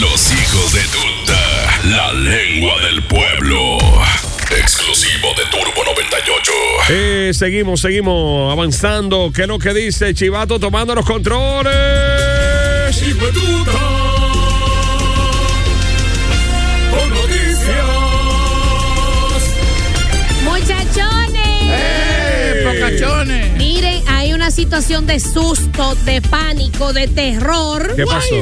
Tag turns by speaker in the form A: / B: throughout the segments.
A: Los hijos de tuta, la lengua del pueblo. Exclusivo de Turbo 98.
B: Eh, seguimos, seguimos avanzando. ¿Qué es lo que dice Chivato tomando los controles?
A: Hijo de tuta, con noticias.
C: ¡Eh, pocachones!
D: Miren, hay una situación de susto, de pánico, de terror,
B: ¿Qué pasó?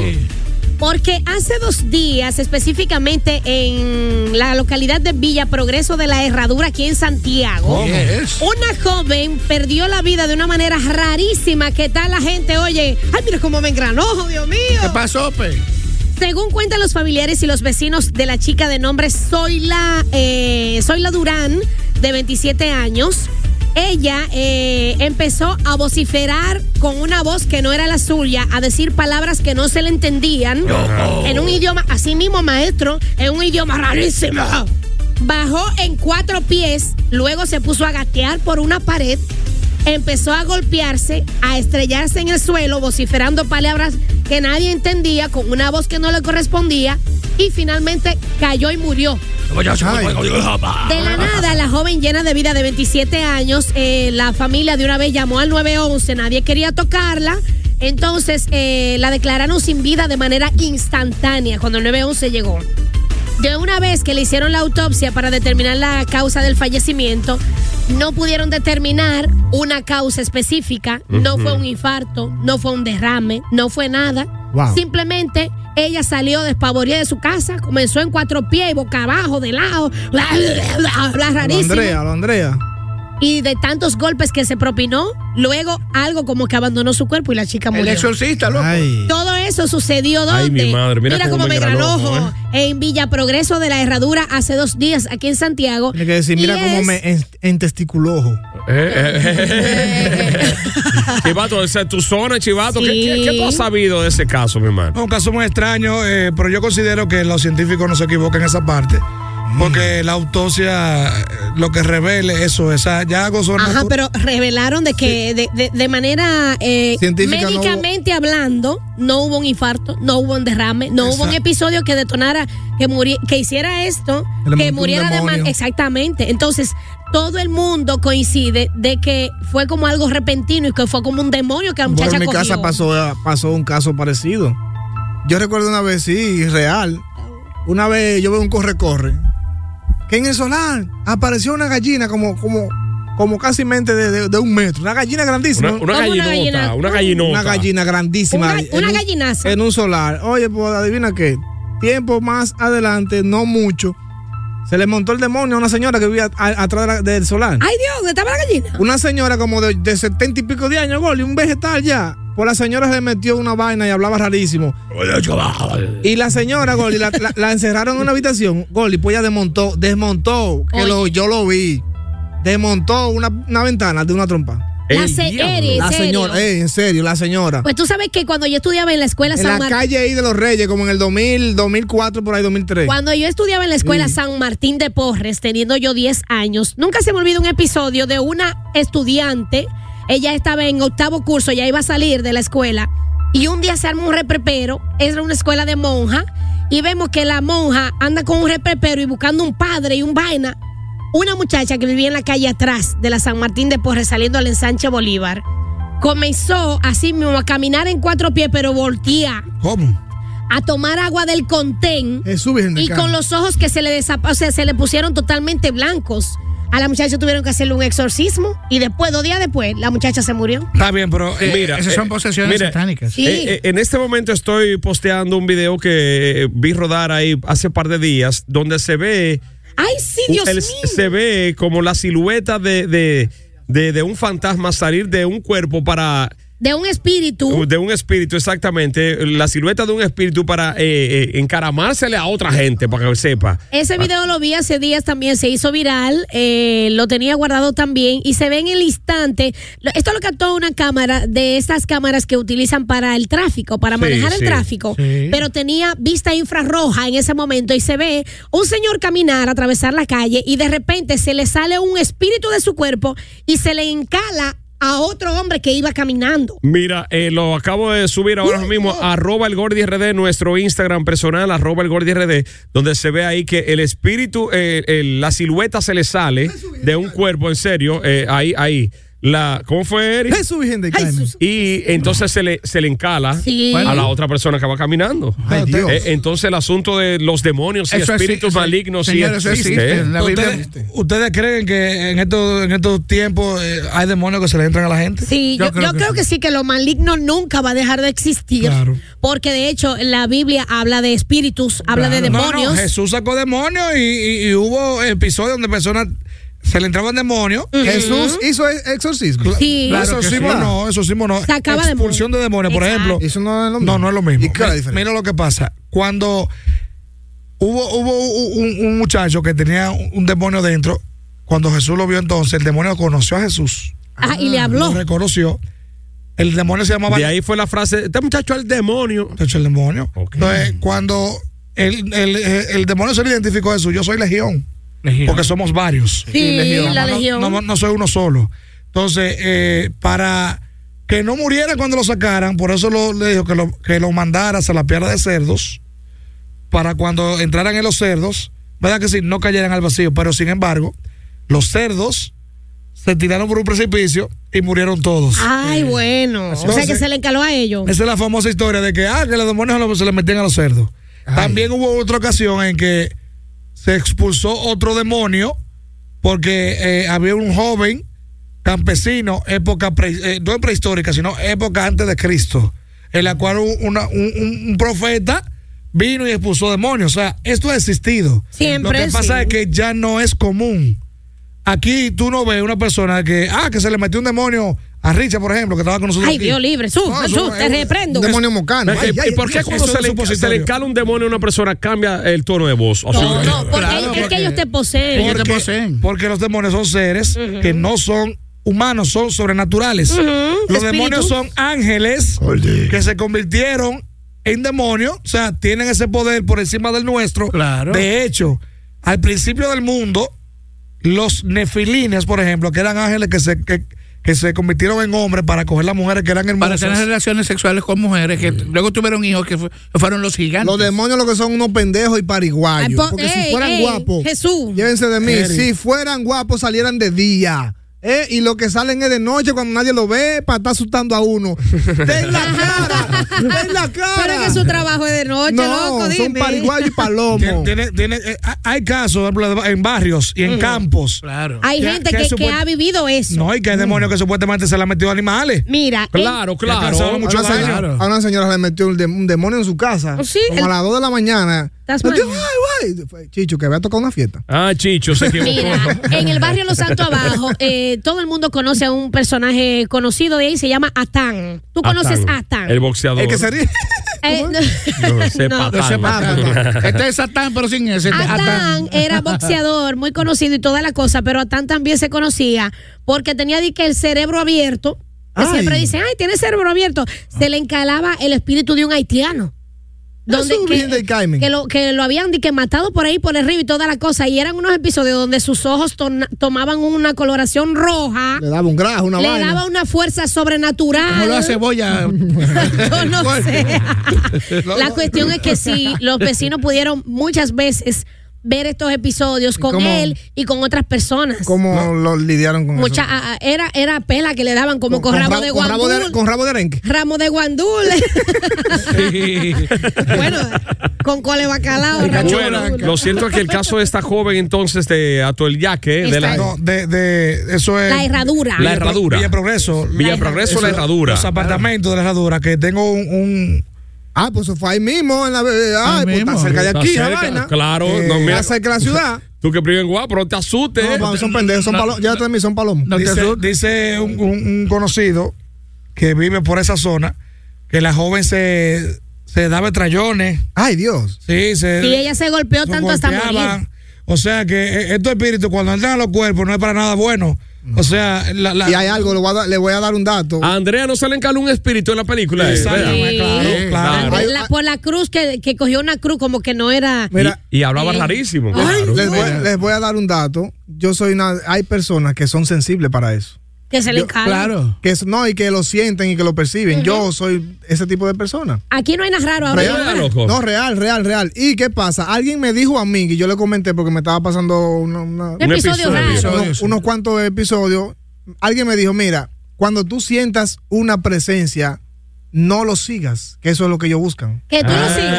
D: porque hace dos días, específicamente en la localidad de Villa Progreso de la Herradura, aquí en Santiago,
C: Yes.
D: una joven perdió la vida de una manera rarísima que tal la gente, oye, ay, mira cómo me engranojo, Dios mío.
C: ¿Qué pasó, pe?
D: Según cuentan los familiares y los vecinos de la chica de nombre Zoila, eh, Zoila Durán, de 27 años, ella eh, empezó a vociferar con una voz que no era la suya, a decir palabras que no se le entendían, en un idioma, así mismo maestro, en un idioma rarísimo. Bajó en cuatro pies, luego se puso a gatear por una pared, empezó a golpearse, a estrellarse en el suelo, vociferando palabras que nadie entendía, con una voz que no le correspondía, y finalmente cayó y murió. De la nada, la joven llena de vida de 27 años, eh, la familia de una vez llamó al 911, nadie quería tocarla. Entonces eh, la declararon sin vida de manera instantánea cuando el 911 llegó. De una vez que le hicieron la autopsia para determinar la causa del fallecimiento, no pudieron determinar una causa específica. No fue un infarto, no fue un derrame, no fue nada.
C: Wow.
D: Simplemente ella salió despavorida de su casa, comenzó en cuatro pies, boca abajo, de lado, bla, bla, bla, bla,
C: Lo
D: rarísimo.
C: Andrea, lo Andrea.
D: Y de tantos golpes que se propinó, luego algo como que abandonó su cuerpo y la chica
C: El
D: murió.
C: exorcista, loco.
D: Mm.
C: Ay.
D: Todo eso sucedió donde.
B: Ay, mi madre, mira cómo me engranó, ¿eh?
D: En Villa Progreso de la Herradura hace dos días aquí en Santiago.
C: Tiene que decir,
D: Y
C: mira cómo
D: es-
C: me en- entesticulojo.
B: Eh, Chivato, esa es tu zona, Chivato. ¿Qué-
D: Sí.
B: qué, qué tú has sabido de ese caso, mi hermano?
E: Es un caso muy extraño, eh, pero yo considero que los científicos no se equivocan en esa parte.
C: Mm.
E: Porque la autopsia eh, lo que revele eso es, o sea, ya algo sobre
D: Ajá, pero revelaron de que de, de- de manera eh,
C: Científica no hubo-
D: médicamente hablando, no hubo un infarto, no hubo un derrame, no hubo un
C: Exacto.
D: episodio que detonara, que, muri- que hiciera esto,
C: Que le
D: que
C: montó un
D: muriera de
C: demonio.
D: manera. Exactamente. Entonces, todo el mundo coincide de que fue como algo repentino y que fue como un demonio que la muchacha
C: Bueno, en mi casa
D: cogió.
C: pasó, eh, pasó un caso parecido. Yo recuerdo una vez, sí, real. Una vez yo veo un corre-corre. Que en el solar apareció una gallina como, como, como casi mente de, de- de un metro. Una gallina grandísima.
B: Una, una
D: Como una
B: gallinota,
D: gallina.
B: una gallinota.
C: Una gallina grandísima.
D: Una-
C: en
D: una
C: un-
D: gallinaza.
C: En un solar. Oye, pues adivina qué. Tiempo más adelante, no mucho, se le montó el demonio a una señora que vivía a- atrás de la- del solar.
D: Ay Dios, ¿dónde estaba la gallina?
C: Una señora como de, de 70 y pico de años, gol, y un vegetal ya. Pues la señora le metió una vaina y hablaba rarísimo. Y la señora, Goli, la, la- la encerraron en una habitación. Goli, pues ella desmontó, desmontó, que
D: Oye.
C: lo- yo lo vi. Desmontó una, una ventana de una trompa.
D: La
B: El diablo.
D: serie,
C: La señora, ey, en serio, la señora.
D: Pues tú sabes que cuando yo estudiaba en la escuela
C: en
D: San
C: la
D: Martín.
C: calle ahí de los Reyes, como en el 2000, 2004, por ahí 2003.
D: Cuando yo estudiaba en la escuela
C: Sí.
D: San Martín de Porres, teniendo yo 10 años, nunca se me olvida un episodio de una estudiante. Ella estaba en octavo curso, ya iba a salir de la escuela. Y un día se arma un reprepero. Era una escuela de monja. Y vemos que la monja anda con un reprepero y buscando un padre y un vaina. Una muchacha que vivía en la calle atrás de la San Martín de Porres, saliendo al ensanche Bolívar, comenzó así mismo a caminar en cuatro pies, pero voltea
E: ¿Cómo?
D: a tomar agua del contén
C: Jesús, Virgen del
D: y
C: Carmen.
D: con los ojos que se le desapa- o sea, se le pusieron totalmente blancos. A la muchacha tuvieron que hacerle un exorcismo y después, dos días después, la muchacha se murió.
E: Está bien, pero eh,
B: Mira,
E: esas son
B: eh,
E: posesiones
B: mira,
E: satánicas.
D: Sí.
B: Eh, eh, en este momento estoy posteando un video que eh, vi rodar ahí hace par de días, donde se ve,
D: Ay, sí, Dios
B: el-
D: mío.
B: se ve como la silueta de, de, de- de un fantasma salir de un cuerpo para
D: De un espíritu.
B: de un espíritu, exactamente, la silueta de un espíritu para eh, eh, encaramársele a otra gente, para que sepa.
D: Ese video lo vi hace días también, se hizo viral, eh, lo tenía guardado también y se ve en el instante. lo- Esto lo captó una cámara de estas cámaras que utilizan para el tráfico, para
B: Sí,
D: manejar
B: sí.
D: el tráfico,
E: Sí.
D: pero tenía vista infrarroja en ese momento y se ve un señor caminar, atravesar la calle y de repente se le sale un espíritu de su cuerpo y se le encala a otro hombre que iba caminando.
B: Mira, eh, lo acabo de subir ahora mismo, arroba el Gordi RD, nuestro Instagram personal, arroba el Gordi RD, donde se ve ahí que el espíritu, eh, el- la silueta se le sale de un cuerpo, en serio, eh, ahí, ahí. La, ¿Cómo fue, Eric?
C: Jesús, Virgen del Carmen.
D: Jesús.
B: Y entonces se le, se le encala
D: Sí.
B: a la otra persona que va caminando.
C: Ay, Dios.
B: Eh, entonces el asunto de los demonios y
F: Eso exi-
B: espíritus
F: eso-
B: malignos sí
F: señor, eso
B: existe.
F: existe.
B: ¿eh?
F: La Biblia
E: ¿Ustedes,
F: existe.
E: ustedes creen que en estos, en estos tiempos eh, hay demonios que se le entran a la gente?
D: Sí, yo, yo creo, que, sí, que lo maligno nunca va a dejar de existir.
E: Claro.
D: Porque de hecho la Biblia habla de espíritus, habla de
E: No, no,
D: demonios.
E: Jesús sacó demonios y, y- y hubo episodios donde personas se le entraban demonios.
C: Jesús hizo e- exorcismo.
D: Sí.
E: Claro,
C: Claro que
E: exorcismo
C: sí.
E: no, exorcismo no.
D: Sacaba
E: Expulsión de demonios, por
D: Exacto.
E: ejemplo.
C: Eso no es lo mismo.
E: No, no es lo mismo.
C: ¿Y qué es la
E: Mi-
C: diferencia?
E: Mira lo que pasa. Cuando hubo, hubo u- un, un muchacho que tenía un un demonio dentro, cuando Jesús lo vio entonces, el demonio conoció a Jesús.
D: Ah, y le
E: Lo
D: habló.
E: reconoció. El demonio se llamaba
B: De ahí fue la frase, este muchacho es el demonio.
E: de hecho, el demonio.
B: Ok.
E: Entonces, cuando el, el- el demonio se le identificó a Jesús, yo soy legión, porque somos varios.
D: Sí, la
E: no,
D: legión.
E: no- no soy uno solo. Entonces, eh, para que no muriera cuando lo sacaran, por eso lo, le dijo que lo, que lo mandaras a la piedra de cerdos, para cuando entraran en los cerdos, ¿verdad que sí? No cayeran al vacío, pero sin embargo, los cerdos se tiraron por un precipicio y murieron todos.
D: Ay, bueno. O sea que
E: Entonces-
D: se le encaló a ellos.
E: Esa es la famosa historia de que, ah, que los demonios a los- se le metían a los cerdos. También hubo otra ocasión en que se expulsó otro demonio porque eh, había un joven campesino, época pre- eh, no prehistórica, sino época antes de Cristo, en la cual un, una- un- un- un profeta vino y expulsó demonios. O sea, esto ha existido.
D: Siempre,
E: Lo que pasa
D: sí.
E: es que ya no es común. Aquí tú no ves una persona que, ah, que se le metió un demonio a Richard, por ejemplo, que estaba con nosotros.
D: Ay,
E: aquí.
D: Dios libre. Sus,
E: No, eso
D: sus,
E: es
D: te
E: un
D: reprendo.
C: Demonio mocano.
B: ¿Y
E: eh,
C: Ay, ay,
B: por qué
C: Dios.
B: cuando
E: eso
B: se
E: es
B: le,
E: supositorio.
B: se le encala un demonio a una persona cambia el tono de voz? Así
D: No,
B: que-
D: no, porque,
F: Claro,
D: es que
F: porque-
D: ellos te poseen.
F: Ellos te
E: porque,
F: poseen.
E: porque los demonios son seres que no son humanos, son sobrenaturales. Los
D: espíritus.
E: demonios son ángeles que se convirtieron en demonios, o sea, tienen ese poder por encima del nuestro.
F: Claro.
E: De hecho, al principio del mundo, los nefilines, por ejemplo, que eran ángeles que se, que, que se convirtieron en hombres para coger las mujeres que eran
F: Para
E: hermosas.
F: tener relaciones sexuales con mujeres que luego tuvieron hijos que fu- fueron los gigantes.
C: Los demonios lo que son unos pendejos y
D: Ay,
C: pariguayos.
D: Ah, po-
C: porque
D: ey,
C: si fueran
D: ey,
C: guapos,
D: Jesús.
C: llévense de mí.
E: Eric.
C: Si fueran guapos, salieran de día. ¿eh? Y lo que salen es de noche cuando nadie lo ve para estar asustando a uno. ¡Ten la cara! ¡Ten la cara!
D: Pero es que su trabajo es de noche, loco,
C: no, son
D: dime.
C: pariguayos y
E: Tien-
C: palomos.
E: tiene- tiene- eh, ha- hay casos por ejemplo, en barrios
C: Mm.
E: y en campos.
F: Claro.
D: Hay
E: que-
D: gente
E: que
D: que, que
E: supuest-
D: ha vivido eso.
E: No, y que hay
C: Mm.
E: demonios que supuestamente se le han metido animales.
D: Mira,
B: Claro,
C: Oh,
E: Que ha causado
B: claro.
E: mucho
C: a, una
E: daño.
C: señora, a una señora le metió un, de- un demonio en su casa.
D: Oh, Sí,
C: como
D: el-
C: a las 2 de la mañana.
D: Estás
C: No te-
D: mañana.
C: ay, ay. Fue Chicho, que había tocado una fiesta.
B: Ah, Chicho, se equivocó.
D: Mira, en el barrio Los Santos Abajo, eh, todo el mundo conoce a un personaje conocido de ahí, se llama Atán. ¿Tú conoces a Atán?
B: El boxeador.
C: El que se ríe.
D: Eh, no.
B: No, ese
D: No.
B: patán.
F: Este es Satán, pero sin ese. este es
D: Atán era boxeador muy conocido y toda la cosa, pero Atán también se conocía porque tenía di que el cerebro abierto. que
C: Ay.
D: siempre dicen, ay, tiene cerebro abierto. Se le encalaba el espíritu de un haitiano. Donde
C: Eso viene del Cayman.
D: que lo, que lo habían di que matado por ahí por el río y toda la cosa. Y eran unos episodios donde sus ojos ton- tomaban una coloración roja,
C: Le daba un grajo, una
D: le
C: vaina.
D: daba una fuerza sobrenatural.
F: Como lo hace Boya.
D: Yo no sé. La cuestión es que sí, los vecinos pudieron muchas veces ver estos episodios con
C: cómo?
D: él y con otras personas.
C: ¿Cómo lo lidiaron con
D: Mucha,
C: eso?
D: a- a- era, era pela que le daban como con, ramo, de
C: con rabo
D: guandul.
C: de Con rabo de arenque.
D: Ramo de guandul. bueno, con cole bacalao. ramo de
B: Bueno,
D: guandul.
B: lo cierto es que el caso de esta joven entonces de Atuel Yaque, de la,
E: No, de, de- eso es.
D: La herradura.
B: La herradura.
E: Villa Progreso.
B: Villa Progreso, la herradura.
E: Los apartamentos de la herradura, que tengo un. un-
C: Ah, pues eso fue ahí mismo, en la. Ah, pues está
F: mismo.
C: cerca de
B: Está
C: aquí, esa
B: cerca,
C: vaina.
B: claro,
C: Eh,
B: no, mira.
C: Está cerca de la ciudad.
B: Tú que priven guapo, pero no te asustes.
C: No, pa- son pendejos, son palomos. Ya también son palomos.
F: No te
E: dice
F: asustes.
E: dice un, un- un conocido que vive por esa zona que la joven se, se daba trayones.
C: Ay, Dios.
E: Sí, se.
D: Y ella se golpeó
E: se
D: tanto hasta
E: golpeaban.
D: morir.
E: O sea que eh, estos espíritus, cuando entran a los cuerpos, no es para nada bueno. O sea, la. la-
C: Y hay algo, le voy a dar, le voy a dar un dato.
B: A Andrea no se le encaló un espíritu en la película. eh,
C: Ah,
B: ¿verdad?
E: Exactamente, claro,
D: Sí.
E: claro.
C: Hay-
D: La- por la cruz que, que cogió una cruz como que no era.
C: Mira,
B: Y, y hablaba rarísimo. claro.
C: les, voy, les voy a dar un dato. Yo soy una. Hay personas que son sensibles para eso.
D: que se le encala.
F: Claro.
C: Que es- no, y que lo sienten y que lo perciben. Yo soy ese tipo de persona.
D: Aquí no hay nada raro ahora.
B: Real. loco.
C: No, real, real, real. ¿Y qué pasa? Alguien me dijo a mí, que yo le comenté porque me estaba pasando una- una-
D: Un
B: Un
D: episodio,
B: episodio.
D: raro.
F: Episodio.
C: unos, unos cuantos episodios. Alguien me dijo, mira, cuando tú sientas una presencia, no lo sigas, que eso es lo que ellos buscan.
D: Que tú lo
B: Ah.
D: sigas.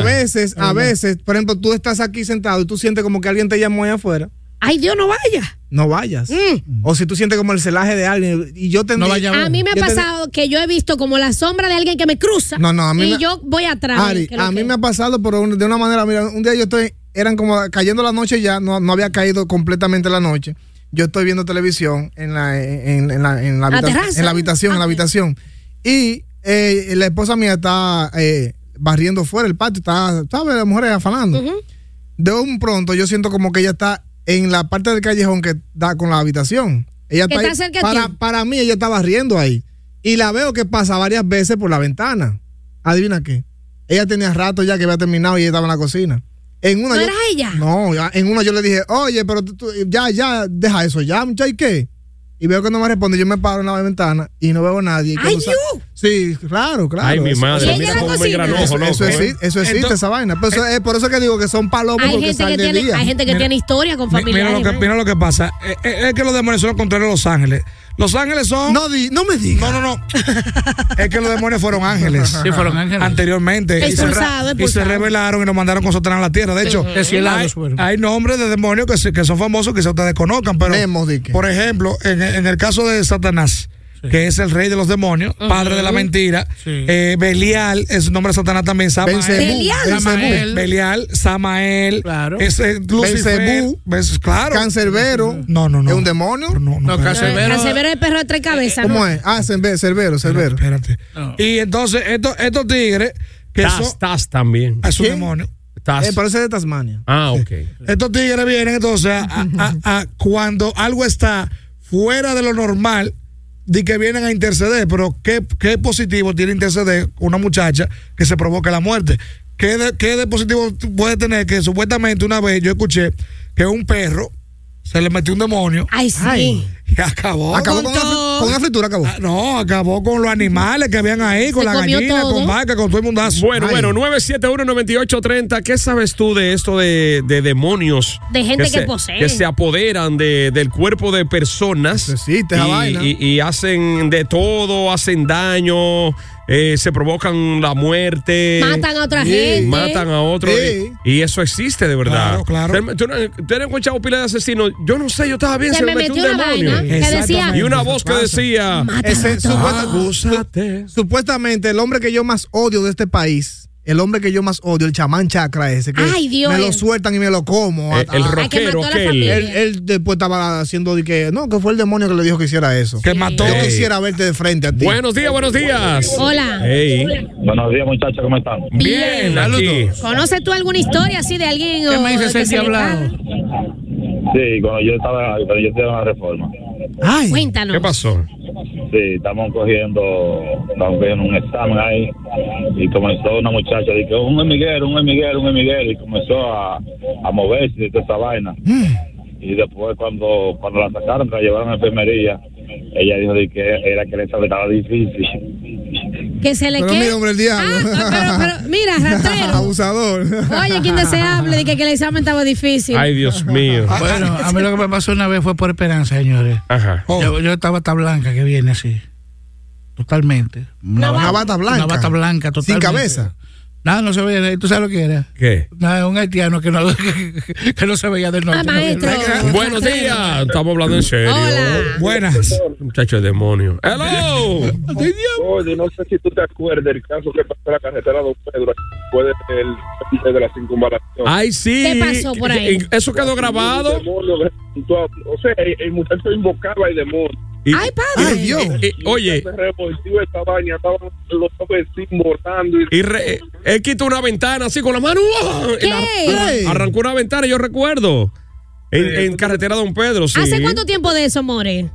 C: A veces, a veces, por ejemplo, tú estás aquí sentado y tú sientes como que alguien te llamó allá afuera.
D: Ay, Dios, no vaya.
C: No vayas. O si tú sientes como el celaje de alguien y yo tendría...
F: No vaya
D: Mm. A mí me ha
C: Yo te-
D: pasado que yo he visto como la sombra de alguien que me cruza.
C: No, no, a mí
D: Y
C: me-
D: yo voy atrás.
C: Ari,
D: que lo
C: a
D: que-
C: mí me ha pasado, pero un- de una manera, mira, un día yo estoy, eran como cayendo la noche ya, no, no había caído completamente la noche. Yo estoy viendo televisión en la, en, en la, en la,
D: La
C: habita-
D: terraza.
C: en la habitación, en
D: Ah,
C: la habitación. Y eh, la esposa mía está eh, barriendo fuera el patio, está, ¿sabes? La mujer afanando. De un pronto yo siento como que ella está en la parte del callejón que da con la habitación. Ella
D: Que
C: está,
D: está
C: ahí.
D: cerca a
C: para,
D: ti.
C: para mí ella está barriendo ahí. Y la veo que pasa varias veces por la ventana. Adivina qué. Ella tenía rato ya que había terminado y ella estaba en la cocina. En una
D: ¿No
C: yo-
D: era ella?
C: No, ya- en una yo le dije, oye, pero tú- tú- ya, ya, deja eso, ya, muchacha, ¿y qué? Y veo que no me responde, yo me paro en la ventana y no veo a nadie. Y
D: Ay,
C: cuando sa-
D: you.
C: Sí, claro, claro.
B: Ay, mi
C: Eso-
B: madre,
D: ella
B: mira
D: en la
B: cómo me
D: cocina.
B: engranojo,
C: Eso,
B: loco.
C: eso
B: eh.
C: exi- eso existe,
E: Entonces-
C: esa vaina. Por eso, es por eso que digo que son palomos
D: Hay
C: porque
D: gente, que
C: salen de
D: tiene,
C: día.
D: hay gente que tiene historia con
E: Mi- Mira
D: familiares.
E: lo, que, mira lo que pasa. Eh, eh, Es, que los demonios son los contrarios a Los Ángeles. Los Ángeles son.
C: No, di- no me digas.
E: No, no, no. es que los demonios fueron ángeles.
F: Sí, fueron ángeles.
E: Anteriormente. Y se
D: Expulsado,
E: ra- y, se,
D: expulsado.
E: revelaron y nos mandaron con Satanás a la tierra. De hecho, hay,
F: Deshielados fueron.
E: hay nombres de demonios que, se- que son famosos que se ustedes conozcan. Pero,
C: Nemo, di que.
E: por ejemplo, en, en el caso de Satanás, que es el rey de los demonios, padre de la mentira,
F: Sí.
E: eh, Belial, es el nombre de Satanás también, Samael.
C: Belcebú,
D: Belial.
C: Belcebú,
F: Samael.
E: Belial, Samael,
F: Claro.
E: ese, Lucifer,
C: Belcebú.
E: ves, claro.
C: Cancerbero.
E: No, no, no.
C: ¿Es un demonio?
E: No, no,
F: No,
E: espérate.
F: Cancerbero.
D: Pero- Cancerbero es el perro de tres cabezas.
C: ¿Cómo
D: ¿no?
C: es? Ah, Cerve- Cerbero, Cerbero.
E: Espérate.
F: No.
E: Y entonces, estos, estos tigres, que son. Ah,
B: Taz, Taz también.
E: Es un
C: ¿Quién?
E: demonio.
B: Taz.
C: Eh, parece de Tasmania.
B: Ah, ok.
E: Estos tigres vienen entonces a, a- a- cuando algo está fuera de lo normal, de que vienen a interceder. Pero, ¿qué, qué positivo tiene interceder una muchacha que se provoca la muerte? ¿Qué de, qué de positivo tú puede tener que supuestamente una vez yo escuché que un perro se le metió un demonio
D: Ay, sí.
E: y acabó?
C: Acabó
D: con
C: con, una, fri-
D: todo.
C: con una fritura, acabó.
E: Ah, No, acabó con los animales que habían ahí, con
D: Se
E: la
D: comió
E: gallina,
D: todo.
E: con vaca, con todo el mundazo.
B: Bueno,
E: Ay.
B: bueno, 971-9830. ¿Qué sabes tú de esto de, de demonios?
D: De gente que
B: se,
D: posee.
B: Que se apoderan de- del cuerpo de personas.
C: Existe esa
B: y,
C: vaina.
B: y- y hacen de todo, hacen daño, eh, se provocan la muerte.
D: Matan a otra
C: Sí.
D: gente.
B: matan a otro
C: Sí.
B: y, y eso existe de verdad.
E: Claro, claro.
B: Tú no- Tú no has escuchado pila de asesinos. Yo no sé, yo estaba bien,
D: Se, me metió una
B: demonio.
D: vaina que decía.
E: Exactamente.
B: Y una voz que
E: Pasa.
B: decía,
D: Mátalo
C: Ese-
D: a todos.
C: supuesta-
B: "Gózate".
C: Supuestamente el hombre que yo más odio de este país El hombre que yo más odio, el chamán chacra ese. Que
D: Ay, Dios.
C: Me lo sueltan y me lo como.
B: Eh,
D: Ay,
B: el
D: que
B: rockero
D: mató a la
B: aquel.
D: familia.
C: Él, él después estaba haciendo de que, no, que fue el demonio que le dijo que hiciera eso.
E: Que mató.
C: Yo
B: Ey.
C: quisiera verte de frente a ti.
B: Buenos días, buenos días.
D: Hola.
B: Ey.
G: Buenos días, muchachos, ¿cómo están?
B: Bien, aquí.
D: ¿Conoces tú alguna historia así de alguien?
F: ¿Qué
D: o
F: me dices
D: que
F: el
D: se le
F: diablado?
D: para?
G: Sí, cuando yo estaba, cuando yo estaba en la reforma.
C: Ay,
D: Cuéntanos.
B: ¿Qué pasó?
G: Sí, estamos cogiendo, estamos cogiendo un examen ahí y comenzó una muchacha, dije, un hormiguero, un hormiguero, un hormiguero, y comenzó a, a moverse de toda esa vaina.
B: Mm.
G: Y después cuando, cuando la sacaron, la llevaron a la enfermería, ella dijo de que era que le estaba difícil.
D: Que se le
C: Pero
D: quede.
C: mira, hombre, el diablo.
D: Ah, pero, pero, mira, ratero.
C: abusador.
D: Oye, quien deseable de que, que el examen estaba difícil.
B: Ay, Dios mío.
F: Bueno, a mí lo que me pasó una vez fue por esperanza, señores.
B: Ajá.
F: Yo, yo estaba tan blanca que viene así. Totalmente. Una,
C: Una bata blanca.
F: Una bata blanca,
C: Sin
F: totalmente.
C: cabeza.
F: Nada, no se veía. ¿Tú sabes lo que era?
B: ¿Qué?
F: Nada, un haitiano que no, que, no se veía del norte.
D: Ah,
F: no veía del
D: maestro.
F: norte.
B: Buenos días. Estamos hablando en serio.
D: Hola.
E: Buenas.
B: Muchacho de demonio. Hello.
G: Oye, no sé si tú te acuerdas del caso que pasó en la carretera Don Pedro después del puente de la circunvalación.
B: Ay, sí.
D: ¿Qué pasó por ahí?
B: Eso quedó grabado.
G: El demonio que juntó a- O sea, el, el muchacho invocaba el demonio.
B: Y-
D: Ay,
C: Ay,
D: padre.
C: Dios.
B: y- y- oye,
G: Se revolvió esta vaina, estaban los vecinos mortando. Y...
B: y re- eh, él quitó una ventana así con la mano. ¡uah! Y la-
D: ¿Qué?
B: arrancó una ventana, yo recuerdo. En, en carretera Don Pedro, sí.
D: ¿Hace cuánto tiempo de eso, More?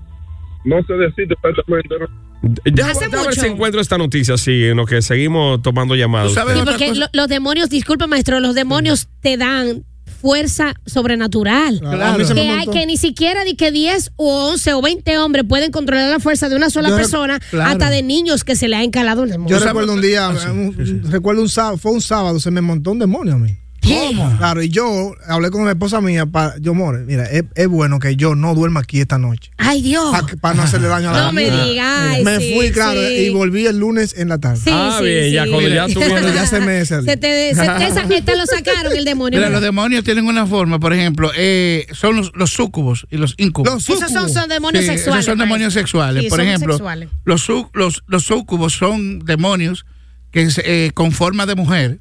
G: No se decide exactamente. ¿no?
B: Ya,
D: ¿Hace
B: ya a ver
D: mucho?
B: si encuentro esta noticia, sí, en lo que seguimos tomando llamadas.
F: ¿Tú sabes
D: Sí,
F: otra
D: porque
F: cosa?
D: lo- los demonios, disculpa, maestro, los demonios te dan fuerza sobrenatural.
C: Claro. A mí se me
D: Que, hay-
C: montó.
D: que ni siquiera di que 10 o 11 o 20 hombres pueden controlar la fuerza de una sola
C: Yo-
D: persona,
F: claro.
D: hasta de niños que se le ha encalado un demonio.
C: Yo recuerdo un día, un- recuerdo un sábado, fue un sábado, se me montó un demonio a mí.
F: ¿Cómo?
C: Claro, y yo hablé con mi esposa mía, pa- yo, more, mira, es, es bueno que yo no duerma aquí esta noche.
D: Ay, Dios.
C: Para no hacerle daño a la
D: No me
C: familia.
D: digas.
C: Ah, Me
D: sí,
C: fui, claro,
D: sí.
C: y volví el lunes en la tarde.
D: Sí,
B: Ah,
D: sí,
B: bien, ya,
D: sí.
B: cuando ya tú-
C: Cuando ya se me salió.
D: Se te, se te, sa- te lo sacaron el demonio.
F: Mira, los demonios tienen una forma, por ejemplo, eh, son los, los súcubos y los incubos.
C: Los
D: Esos son, son demonios
F: Sí,
D: sexuales.
F: Esos son demonios
D: maestro.
F: sexuales.
D: Sí,
F: Por
D: son
F: ejemplo,
D: sexuales.
F: Los, sú- los, los súcubos son demonios que se, eh, con forma de mujer.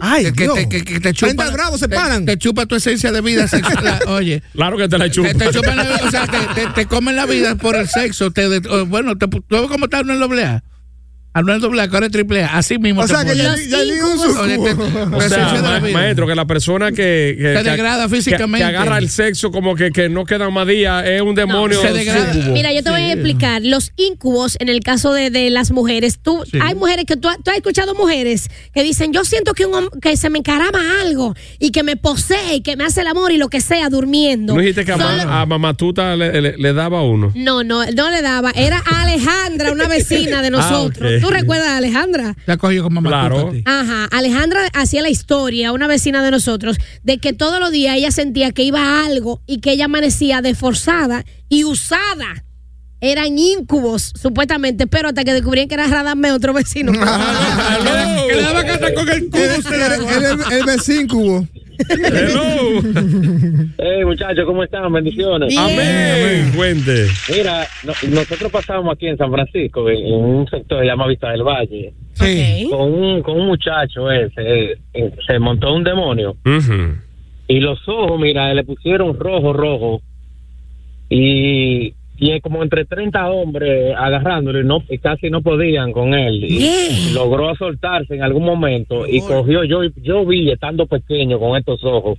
C: Ay,
F: que, que
C: Dios.
F: te, que, que te
C: Frente
F: chupa,
C: al bravo se
F: te-
C: paran.
F: Te, chupa tu esencia de vida sexual. Oye.
D: pues,
B: Claro que te la chupa.
F: Te, te chupan la- o sea, te, te- te comen la vida por el sexo. Te, de- o, bueno, te, tú ves cómo está Anuel doble A. Anuel doble A, que ahora es triple A. Así mismo.
C: o
F: te
C: sea que
F: ponen.
C: ya,
D: Los
C: ya ni un
D: incubos.
F: Oye, te- te-
C: sucubo.
B: O sea,
F: esencia de la
B: ma-
F: vida.
B: maestro, que la persona que, que-
F: Se
B: que-
F: degrada
B: que-
F: físicamente.
B: Que, agarra el sexo como que, que no quedan más días, es un demonio.
F: se degrada.
B: súcubo.
D: Ah, Mira, yo te voy a explicar. Los incubos, en el caso de, de las mujeres, tú,
F: Sí.
D: hay mujeres que tú, has- tú has escuchado mujeres que dicen, yo siento que, un, hom- que se me encarama algo y que me posee y que me hace el amor y lo que sea durmiendo.
B: ¿No dijiste que a,
D: Son
B: ma- a Mamatuta le, le- le daba uno?
D: No, no, no le daba. Era Alejandra, una vecina de nosotros.
B: Ah, ok.
D: ¿Tú recuerdas a Alejandra?
F: Te ha cogido con mamá.
B: Claro.
F: tuta a ti.
D: Ajá, Alejandra hacía la historia, una vecina de nosotros, de que todos los días ella sentía que iba a algo y que ella amanecía desforzada y usada. Eran incubos, supuestamente, pero hasta que descubrían que era Radamé, otro vecino.
B: Hello.
F: Que le daba cata con el culo.
C: Él- él- él- él ve cinco, cubo.
B: Hello.
G: Hey, muchachos, ¿cómo están? Bendiciones.
D: Bien.
B: Amén. Cuente.
G: Mira, no- nosotros pasamos aquí en San Francisco, en, en un sector que se llama Vista del Valle,
F: Sí.
D: Ok.
G: con un, con un muchacho ese, eh, se montó un demonio
B: Ujú.
G: y los ojos, mira, le pusieron rojo, rojo y, y es como entre 30 hombres agarrándolo y, no, y casi no podían con él. Y
D: Bien.
G: Logró soltarse en algún momento y cogió, yo, yo vi estando pequeño con estos ojos,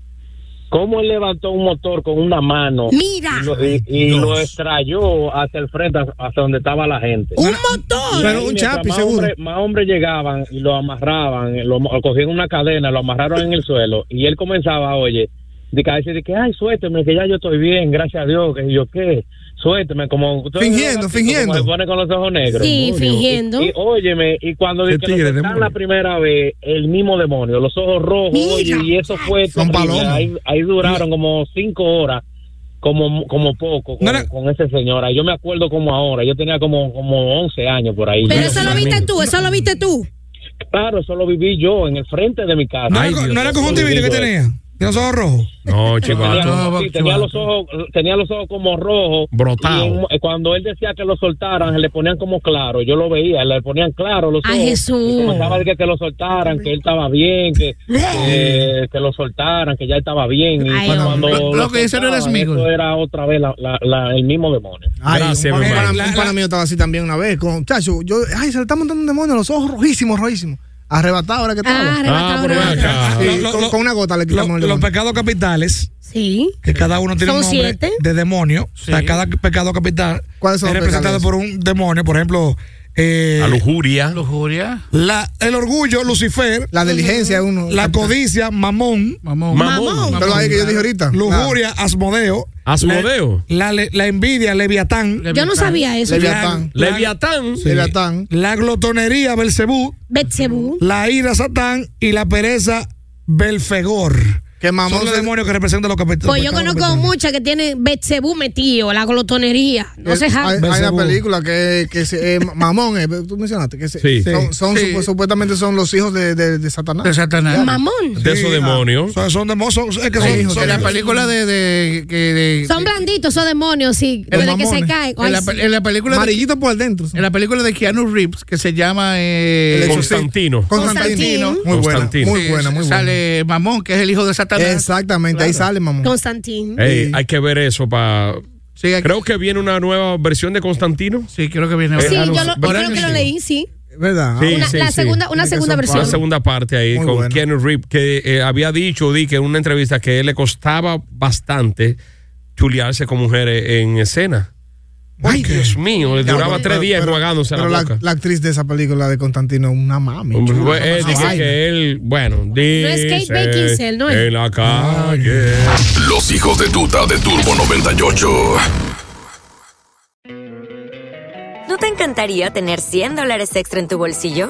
G: cómo él levantó un motor con una mano.
D: Mira,
G: Y lo- y, y lo extrayó hacia el frente, hacia donde estaba la gente.
D: un motor.
C: Pero un
G: Mientras
C: chapi,
G: más
C: seguro.
G: hombres- más hombres llegaban y lo amarraban, lo, lo cogían una cadena, lo amarraron en el suelo y él comenzaba, oye, de que a decir de que, ay, suélteme, que ya yo estoy bien, gracias a Dios, que yo qué, suélteme, como...
C: Fingiendo, fingiendo.
G: Como se pone con los ojos negros.
D: Sí, fingiendo.
G: Y, y óyeme, y cuando
B: Qué
G: de que lo
B: tigre,
G: soltaron
B: demonio.
G: la primera vez, el mismo demonio, los ojos rojos, oye, y eso fue...
C: Son
G: terrible.
C: palomas.
G: Ahí, ahí duraron como cinco horas como como poco con,
C: No era-
G: con ese señor. Yo me acuerdo como ahora, yo tenía como como 11 años por ahí.
D: Pero
G: Yo-
D: eso lo
G: yo-
D: viste tú, eso lo viste tú.
G: Claro, eso lo viví yo en el frente de mi casa.
C: No era, co- no era conjuntivitis que tenía.
E: ¿Tiene los ojos rojos?
B: No, chico.
F: Ah,
G: Tenía-
F: todo
G: sí, tenía, los ojos, tenía los ojos como rojos.
B: Brotado.
G: Y en- cuando él decía que lo soltaran, le ponían como claro. Yo lo veía, le ponían claro los
D: A
G: ojos.
D: Jesús.
G: Y comenzaba de que, que lo soltaran, que él estaba bien, que, eh, que, que lo soltaran, que ya estaba bien. Y
D: Ay,
G: cuando
F: hombre. Lo que ese no era
G: soltaban,
F: Smigol.
G: eso era otra vez la- la- la- el mismo demonio.
C: Ay,
B: Gracias,
C: un
B: mi
C: pana,
B: hermano.
C: un pana mío estaba así también una vez. Con, chacho, yo, ay, se le está montando un demonio, los ojos rojísimos, rojísimos. Arrebatado ahora que
D: Ah,
C: estaba.
B: Ah,
D: arrebatado.
B: pero ven acá.
C: Sí,
E: Lo-
C: con,
E: lo-
C: con una gota le
E: Lo-
C: quitamos el
E: los
C: demonio.
E: pecados capitales,
D: Sí.
E: que cada uno tiene
D: Son
E: un nombre
D: siete.
E: de demonio. O sea, cada pecado capital
C: ¿Cuáles
E: es
C: son los
E: representado
C: pecados?
E: por un demonio. Por ejemplo, eh,
B: La lujuria.
F: Lujuria.
E: la- el orgullo, Lucifer,
C: La diligencia es uno.
E: la codicia, mamón,
F: Mamón.
B: Mamón.
C: Pero ahí que yo dije ahorita.
E: lujuria, asmodeo,
B: Asmodeo.
E: la, le- la envidia, leviatán,
D: Yo no sabía eso.
C: Leviatán.
E: La-
B: Leviatán.
C: Leviatán.
E: la glotonería, Belcebú,
D: Betsebú.
E: la ira, Satán y la pereza, Belfegor.
C: Que mamón
E: Son los
C: se-
E: demonios que representan los capitales.
D: Pues yo conozco muchas que tienen Betsebú metido, la glotonería. No se
C: Eh, hay,
D: jala.
C: hay una
E: Belcebú.
C: película que, que se, eh, Mamón, eh, tú mencionaste, que se-
B: Sí.
C: son, son
F: Sí.
C: supu- supuestamente son los hijos de, de- de Satanás.
F: De Satanás.
D: Mamón.
B: De esos demonios.
E: Son, son demonios. son- es que son-
F: Sí,
E: son-
F: en la película de. de, que de-
D: Son blanditos esos demonios, sí.
F: Los
D: Desde que se
F: mamones.
D: caen.
F: en,
D: Ay,
F: la,
D: sí.
F: en la película de,
C: Amarillito por dentro.
F: en la película de Keanu Reeves que se llama eh,
C: El exorcista.
B: Constantino.
C: Constantino. Muy buena,
B: Constantino.
C: muy buena, muy buena.
F: sale Mamón que es el hijo de Satanás
C: Exactamente, ahí sale Mamón.
D: Constantín.
B: Ey, hay que ver eso para.
F: sí, aquí-
B: Creo que viene una nueva versión de Constantino.
F: sí creo que viene
D: Sí,
B: Eh,
D: yo,
B: algo-
D: lo- yo
B: por
D: creo
B: ahí
D: que lo
B: sí.
D: leí, sí.
C: ¿Verdad?
B: Sí,
D: Una,
B: sí,
D: la
B: sí.
D: segunda, una
C: Tiene que
D: segunda
C: ser
B: Una
D: versión.
B: segunda parte ahí
C: Muy
B: con
C: bueno.
B: Keanu Reeves, que eh, había dicho, di que en una entrevista que le costaba bastante chulearse con mujeres en escena. Ay, Dios mío, le
C: Ya,
B: duraba
C: pero-
B: tres días
C: pero-
B: enjuagándose la
C: pero
B: boca.
C: la actriz de esa película de Constantino, una mami.
B: Hombre,
C: chula,
B: él
C: esa
B: dice
C: vaina.
B: que él, bueno, dice
D: es Kate Beckinsale, no es.
B: En la calle.
A: Los hijos de tuta de Turbo 98.
H: ¿No te encantaría tener 100 dólares extra en tu bolsillo?